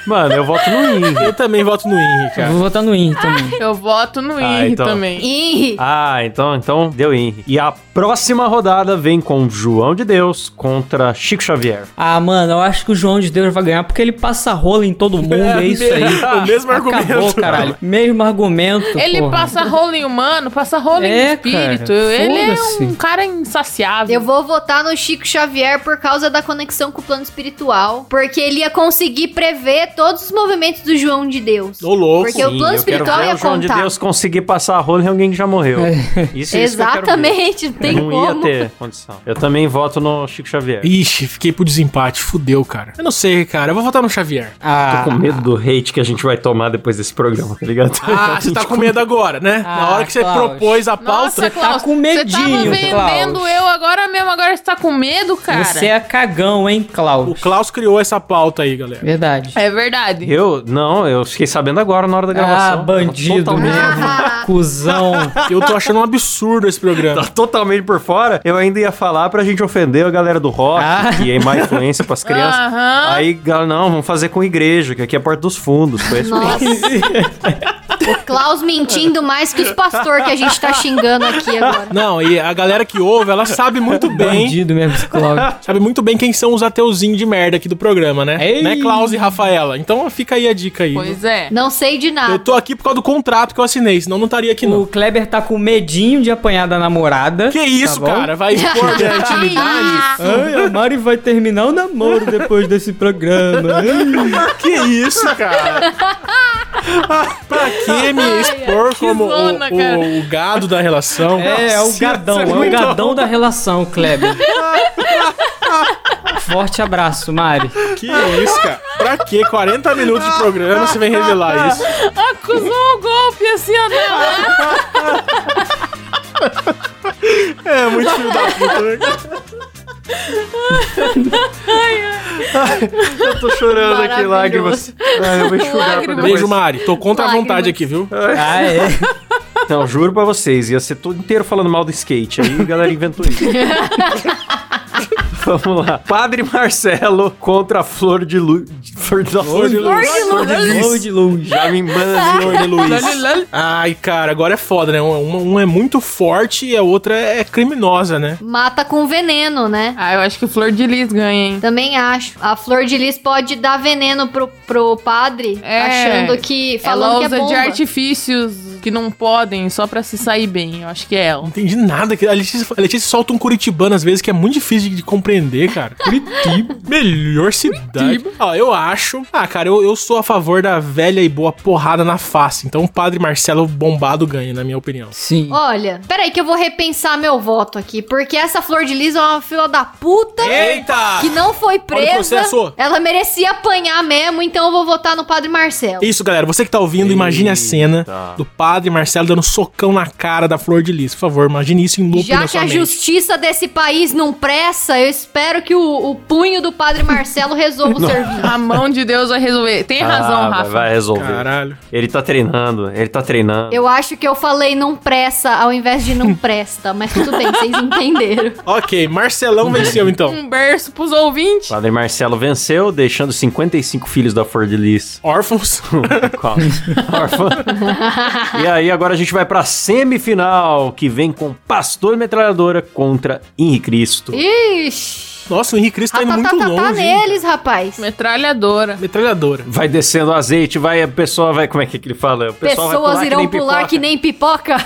Mano, eu voto no IN. Eu também voto no Henry, Eu cara. Vou votar no IN também. Eu voto no Ah, IR então. também. Ih, Ah, então, então deu IN. E a próxima rodada vem com João de Deus contra Chico Xavier. Ah, mano, eu acho que o João de Deus vai ganhar porque ele passa rola em todo mundo, é isso aí. O mesmo argumento. Acabou, caralho. Mesmo argumento, Ele porra. passa rolo em humano, passa rolo É, em espírito. cara, Ele é um foda-se. cara insaciável. eu vou votar no Chico Xavier por causa da conexão com o plano espiritual, porque ele ia conseguir prever todos os movimentos do João de Deus. Ô, louco. Porque o plano eu quero espiritual ver ia o João de contar. Deus conseguir passar a rola em alguém que já morreu. É. Isso, é isso que eu quero ver. Exatamente, não tem não como. ia ter condição. Eu também voto no Chico Xavier. Ixi, fiquei pro desempate. Fudeu, cara. Eu não sei, cara. Eu vou votar no Xavier. Ah, Tô com medo do hate que a gente vai tomar depois desse programa, tá ligado? Ah, você tá com medo agora, né? Na Ah, hora que você Klaus. propôs a pauta. Nossa, Klaus, com Você tava medinho, vendendo Klaus. eu agora mesmo, agora você tá com medo, cara. Você é cagão, hein, O Klaus? Klaus criou essa pauta aí, galera. Verdade. É verdade. Eu? Não, eu fiquei sabendo agora na hora da É, Ah, gravação. Tá bandido Totalmente. mesmo. Cusão. Eu tô achando um absurdo esse programa. Tá totalmente por fora, eu ainda ia falar pra gente ofender a galera do rock, Ah. que é má influência pras crianças. Aham. Aí, galera, não, vamos fazer com igreja, que aqui é a porta dos fundos. Foi isso mesmo. Nossa, o Klaus mentindo mais que os pastor que a gente tá xingando aqui agora. Não, e a galera que ouve, ela sabe muito bem. Bandido mesmo, esse Klaus. Sabe muito bem quem são os ateuzinhos de merda aqui do programa, né? Ei. Né, Klaus e Rafaela? Então fica aí a dica aí. Pois é. Não sei de nada. Eu tô aqui por causa do contrato que eu assinei, senão eu não estaria aqui, O não. Kleber tá com medinho de apanhar da namorada. Que isso, tá bom? cara? Vai expor minha intimidade? Ai, a Mari vai terminar o namoro depois desse programa. que isso, cara? pra que me expor como o- zona, o, cara. o gado da relação? É, é o Nossa, gadão, isso é o muito gadão da relação, Kleber. Forte abraço, Mari. Que isso, cara? Pra que 40 minutos de programa você vem revelar isso? Acusou o golpe assim, ó. né? É muito filho da puta. né? Eu tô chorando aqui, Maravilhoso. lágrimas. Ai, eu vou enxugar pra Lágrimas. depois. Beijo, Mari. Tô contra a Lágrimas. vontade aqui, viu? Ah, é. Não, juro pra vocês, ia ser todo inteiro falando mal do skate. Aí a galera inventou isso. Vamos lá. Padre Marcelo contra a Flor de Luz. Flor de, Flor de Luz. Flor de Luz. Luz de luz. Já me manda Flor de Luz. Ai, cara, agora é foda, né? Uma, uma é muito forte e a outra é criminosa, né? Mata com veneno, né? Ah, eu acho que Flor de Lis ganha, hein? Também acho. A flor de lis pode dar veneno pro, pro padre, É. achando que. ela Falando que é usa bomba. de artifícios que não podem só pra se sair bem. Eu acho que é ela. Não entendi nada. que- A Letícia, a Letícia solta um curitibano às vezes que é muito difícil de, de compreender, cara. Curitiba. Melhor cidade. Ó, eu acho. Ah, cara, eu, eu sou a favor da velha e boa porrada na face. Então o padre Marcelo bombado ganha, na minha opinião. Sim. Olha, peraí que eu vou repensar meu voto aqui, porque essa flor de lis é uma fila da puta. Eita! Que não foi presa. processo. Ela merecia apanhar mesmo, então eu vou votar no Padre Marcelo. Isso, galera. Você que tá ouvindo, imagine a cena do padre Marcelo dando socão na cara da Flor de Lis. Por favor, imagine isso em loop Já na que sua a mente. justiça desse país não pressa, eu espero que o, o punho do padre Marcelo resolva o serviço. A mão de Deus vai resolver. Tem razão, Ah, vai- Rafa. Vai resolver. Caralho. Ele tá treinando, ele tá treinando. Eu acho que eu falei não pressa ao invés de não presta, mas tudo bem, vocês entenderam. Ok, Marcelão venceu então. Um berço pros ouvintes. Padre Marcelo venceu, deixando 55 filhos da Flor de Lis. Órfãos. com a órfã. e aí agora a gente vai pra semifinal, que vem com Pastor Metralhadora contra Henrique Cristo. Ixi. Nossa, o Henrique Cristo tá indo muito Ratatatá longe. hein? neles, rapaz. Metralhadora. Metralhadora. Vai descendo o azeite, vai, a pessoa vai, como é que ele fala? O pessoal vai Pessoas irão pular pipoca. que nem pipoca.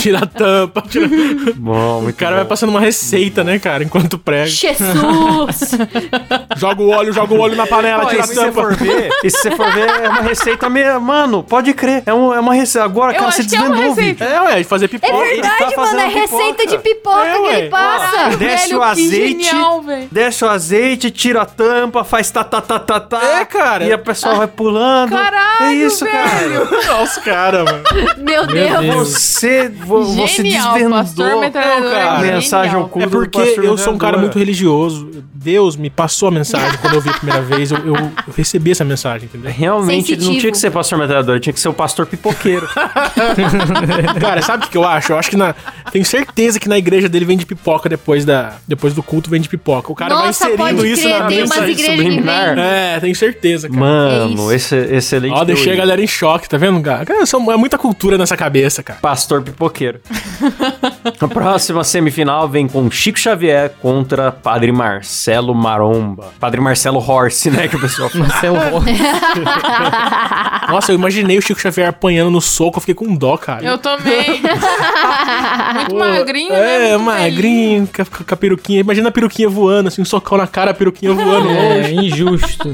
Tira a tampa. tira- Bom, muito O cara bom. vai passando uma receita, né, cara, enquanto prega. Jesus! Joga o óleo, joga o óleo na panela, Pô, e tira a se você for tampa. ver, e se você for ver, é uma receita meio... Mano, pode crer, é, um- é uma receita. Agora, Eu cara, acho você que é uma desvendou, Vi. receita. É, ué, de fazer pipoca. É verdade. Verdade, mano, fazendo é receita pipoca. de pipoca tá É, que ele ué. passa. Desce velho, o que azeite, genial, velho. desce o azeite, tira a tampa, faz tá tá tá tá tá. É, cara. E a pessoa vai pulando. Caralho, é isso, cara. Olha os caras, mano. Meu Deus. Você, vo- você Genial, pastor desvendou metralhadora. Não, cara. a genial. mensagem oculta É do porque pastor é. eu sou um cara metralhadora. muito religioso. Deus me passou a mensagem quando eu vi a primeira vez. Eu, eu- eu recebi essa mensagem, entendeu? Realmente, ele não sensitivo. tinha que ser pastor metralhador, tinha que ser o pastor pipoqueiro. É Cara, sabe o que que eu acho? Eu acho que na. Tenho certeza que na igreja dele vende pipoca depois, da, depois do culto, vende pipoca. O cara Nossa, vai inserindo pode isso crer, na tem mensagem. umas igrejas que subliminar. vêm. É, tenho certeza, cara. Mano, É esse excelente. Ó, deixei a teoria. galera em choque, tá vendo, cara? Cara, são- é muita cultura nessa cabeça, cara. Pastor pipoqueiro. a próxima semifinal vem com Chico Xavier contra Padre Marcelo Maromba. Padre Marcelo Horse, né, que o pessoal fala. Marcelo Horta. Nossa, eu imaginei o Chico Xavier apanhando no soco, eu fiquei com dó, cara. Eu também. Muito Pô, magrinho, né? É, Muito magrinho, com a, com a peruquinha. Imagina a peruquinha voando, assim, um socão na cara, a peruquinha voando. É injusto.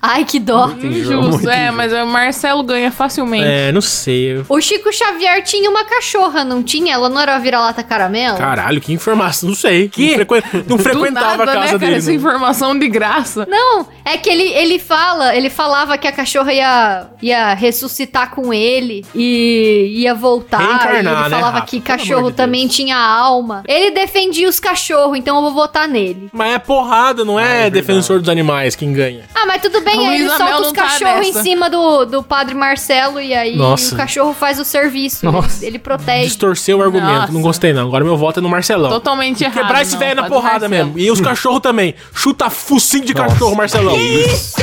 Ai, que dó. feliz. Injusto, é, mas o Marcelo ganha facilmente. É, não sei. eu- O Chico Xavier tinha uma cachorra, não tinha? Ela não era uma vira-lata caramelo? Caralho, que informação, não sei. Não, frequen- não Do frequentava nada, a né, casa cara? dele. Essa não. informação de graça. Não, é que ele, ele fala, ele falava que a cachorra ia, ia ressuscitar com ele e ia voltar. Reencarnar, e ele né, falava Rafa? que Pelo cachorro amor de também tinha alma. Ele defendia os cachorros, então eu vou votar nele. Mas é porrada, não é, defensor dos animais quem ganha. Ah, mas tudo bem, A aí ele Luísa solta Mel os não tá cachorros em nessa. cima do, do padre Marcelo e aí Nossa. o cachorro faz o serviço. Nossa. Ele, ele protege. Distorceu o argumento, Nossa. não gostei não. Agora meu voto é no Marcelão. Totalmente errado. Quebrar esse não, velho na Padre porrada Marcelo. mesmo. E os cachorros também. Chuta focinho de cachorro, Marcelão. Isso!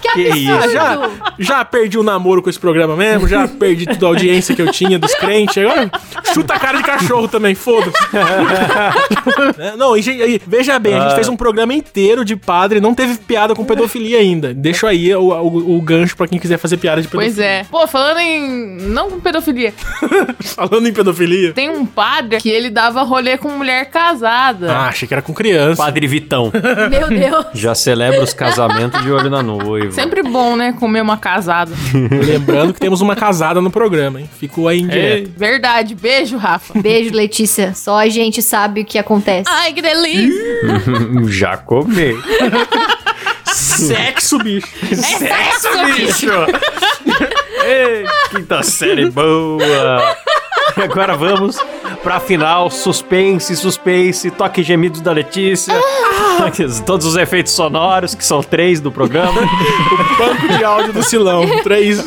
Que Que absurdo! Ah, já, já perdi o namoro com esse programa mesmo, já perdi toda a audiência que eu tinha dos crentes. Agora chuta a cara de cachorro também, foda-se. É, não, e, gente, e veja bem, a gente fez um programa inteiro de padre, não teve piada com pedofilia ainda. Deixa aí o, o- o gancho pra quem quiser fazer piada de Pois pedofilia. é. Pô, falando em. Não com pedofilia. Falando em pedofilia. Tem um padre que ele dava rolê com mulher casada. Ah, achei que era com criança. Padre Vitão. Meu Deus! Já celebra os casamentos de olho na noiva. Sempre bom, né? Comer uma casada. Lembrando que temos uma casada no programa, hein? Ficou aí em direto. Verdade. Beijo, Rafa. Beijo, Letícia. Só a gente sabe o que acontece. Ai, que delícia. Já comi. Sexo, bicho. É Sexo, bicho! Ei, quinta série boa! Agora vamos pra final, suspense, suspense, toque gemidos da Letícia, Ah. todos os efeitos sonoros, que são três do programa. Banco de É. áudio do Silão. Três.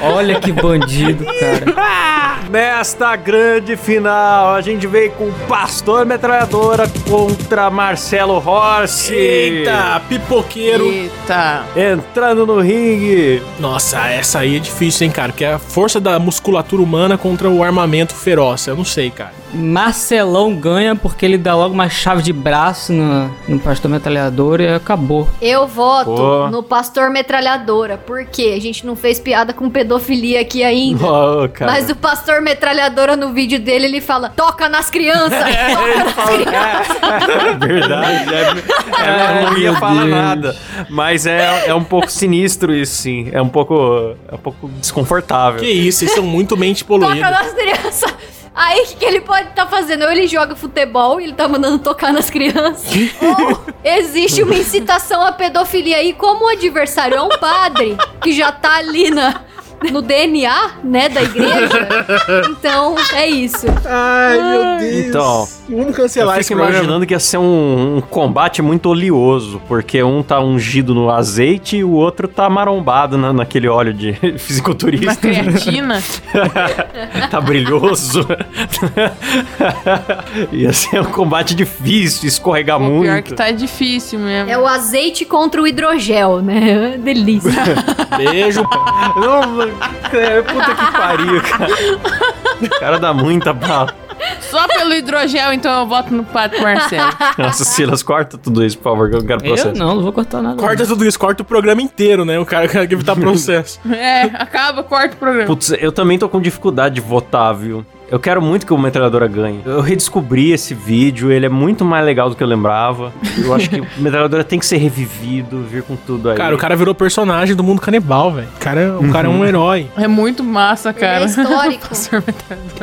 Olha que bandido, cara. Ah, Nesta grande final, a gente veio com Pastor Metralhadora contra Marcelo Rossi. Eita, pipoqueiro. Eita. Entrando no ringue, Nossa, essa aí é difícil, hein, cara? Porque é a força da musculatura humana contra o armamento feroz. Eu não sei, cara. Marcelão ganha porque ele dá logo uma chave de braço no, no pastor metralhador e acabou. Eu voto Pô. no pastor metralhadora, porque a gente não fez piada com pedofilia aqui ainda. Ô, cara. Mas o pastor metralhadora no vídeo dele, ele fala: toca nas crianças! É, toca nas crianças! Verdade, é, ela não ia meu falar Deus. nada. Mas é, é um pouco sinistro isso, sim. É um pouco, é um pouco desconfortável. Que isso, vocês são muito mente Toca poluída. nas crianças! Aí o que, que ele pode estar fazendo? Ou ele joga futebol e ele tá mandando tocar nas crianças. Ou existe uma incitação à pedofilia. E como o adversário é um padre que já tá ali na, no DNA, né, da igreja. Então, é isso. Ai, meu Deus. Então, Vamos Eu cancelar esse fico programa. imaginando que ia ser um, um combate muito oleoso, porque um tá ungido no azeite e o outro tá marombado na- naquele óleo de Na fisiculturista. creatina. tá brilhoso. ia ser um combate difícil, escorregar o pior muito. que tá difícil mesmo. É o azeite contra o hidrogel, né? Delícia. Beijo. Não, é, puta que pariu, cara. O cara dá muita bala. Só pelo hidrogel, então eu voto no Pato Marcelo. Nossa, Silas, corta tudo isso, por favor, que eu não quero processo. Eu não, não vou cortar nada. corta tudo isso, corta o programa inteiro, né? O cara quer evitar processo. É, acaba, corta o programa. Putz, eu também tô com dificuldade de votar, viu? Eu quero muito que o Metralhadora ganhe. Eu redescobri esse vídeo, ele é muito mais legal do que eu lembrava. Eu acho que o Metralhadora tem que ser revivido, vir com tudo aí. Cara, o cara virou personagem do mundo canibal, velho. O cara, o cara é Uhum. um herói. É muito massa, Ele é cara. histórico.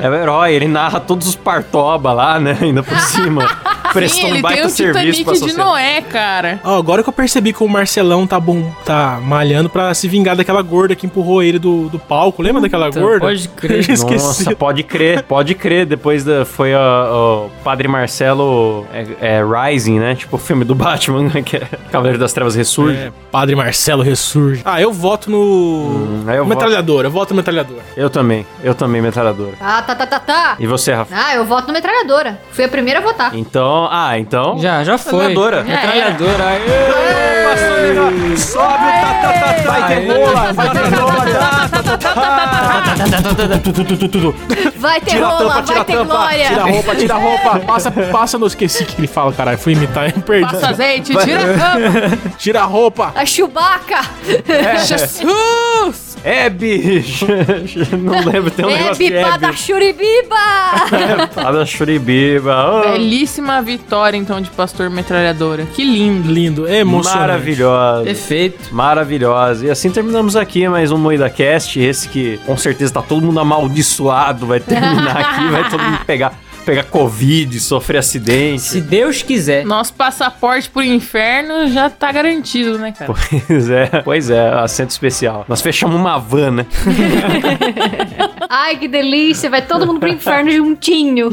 É o herói, ele narra todos os partoba lá, né? Ainda por cima. Sim, Prestando um ele tem baita o serviço pra Titanic de sociedade. Noé, cara. Ó, agora que eu percebi que o Marcelão tá bom, tá malhando pra se vingar daquela gorda que empurrou ele do, do palco. Lembra daquela Puta, gorda? pode crer. Eu esqueci. Nossa, pode crer, pode crer. Depois da, foi a- o Padre Marcelo é, é, Rising, né? Tipo o filme do Batman, né? que é Cavaleiro das Trevas Ressurge. É, Padre Marcelo ressurge. Ah, eu voto no. Hum, aí eu metralhador, eu voto no metralhador. Eu também, eu também, metralhadora. Ah, tá, tá, tá, tá. E você, Rafa? Ah, eu voto no metralhadora. Fui a primeira a votar. Então, ah, então. Já, já foi. Metralhadora. é. Metralhadora. aê. Sobe, tá, tá, tá, vai ter rola, vai ter rola. Vai ter Tira a rola, tampa, tira vai a ter tampa. glória. Tira a roupa, tira a roupa. Passa, passa, não esqueci que ele fala, caralho. Fui imitar, hein? perdi. Passa azeite, tira a tampa. Tira a roupa. A Chewbacca. Jesus! Hebe! É, Não lembro, tem um negócio de é Bebe Hebe. Padachuribiba. Fada Churibiba. Oh, Belíssima vitória, então, de Pastor Metralhadora. Que lindo. Lindo, é emocionante. É. Maravilhosa. Perfeito. Maravilhosa. E assim terminamos aqui mais um Moída Cast. Esse que com certeza tá todo mundo amaldiçoado. Vai terminar aqui, vai todo mundo pegar, pegar Covid, sofrer Se acidente. Deus quiser. Nosso passaporte pro inferno já tá garantido, né, cara? Pois é, pois é, assento especial. Nós fechamos uma van, né? Ai, que delícia. Vai todo mundo pro inferno juntinho.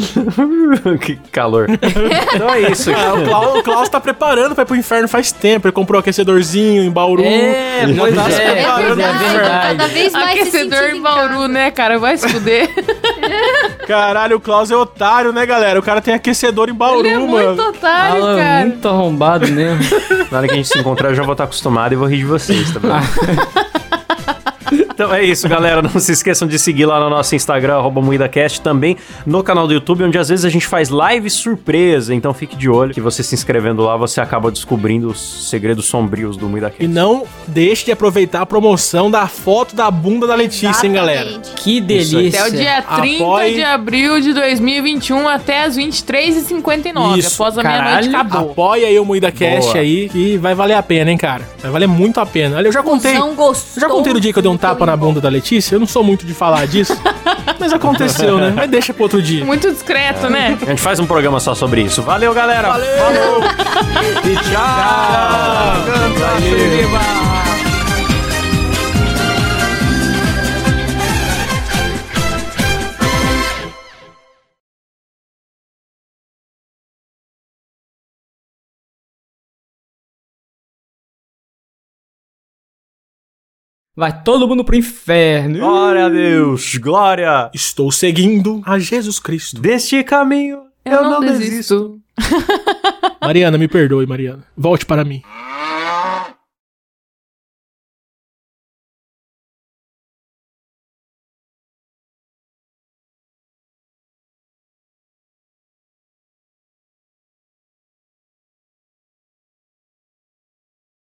que calor. Então é isso. Ah, o, Klaus, o Klaus tá preparando pra ir pro inferno faz tempo. Ele comprou um aquecedorzinho em Bauru. É, Já pois tá se é. É preparando, verdade, é verdade. cada vez mais se Aquecedor sentindo em em Bauru, casa. né, cara? Vai se fuder. Caralho, o Klaus é otário, né, galera? O cara tem aquecedor em Bauru, Ele é muito mano. otário, Fala, cara. muito arrombado mesmo. Na hora que a gente se encontrar, eu já vou estar acostumado e vou rir de vocês, tá bom? Então é isso, galera. Não se esqueçam de seguir lá no nosso Instagram, arroba MoídaCast, também no canal do YouTube, onde às vezes a gente faz live surpresa. Então fique de olho que você se inscrevendo lá, você acaba descobrindo os segredos sombrios do E MoídaCast. não deixe de aproveitar a promoção da foto da bunda da Letícia, hein, galera? Exatamente. Que Até é delícia. o dia 30 Apoie- de abril de 2021 até as 23h59. Isso, Após a caralho. meia-noite, acabou. Apoia aí o Moída Cast Boa. aí, que vai valer a pena, hein, cara? Vai valer muito a pena. Olha, eu já contei. Não Eu gostou. já contei o dia que eu dei um tapa na bunda da Letícia. Eu não sou muito de falar disso, mas aconteceu, né? Mas deixa pro outro Ah. dia. Muito discreto, né? A gente faz um programa só sobre isso. Valeu, galera! Falou! e tchau! Canta, Felipe! Vai todo mundo pro inferno. Glória a Deus! Glória! Estou seguindo a Jesus Cristo. Deste caminho eu, não desisto. Mariana, me perdoe, Mariana. Volte para mim.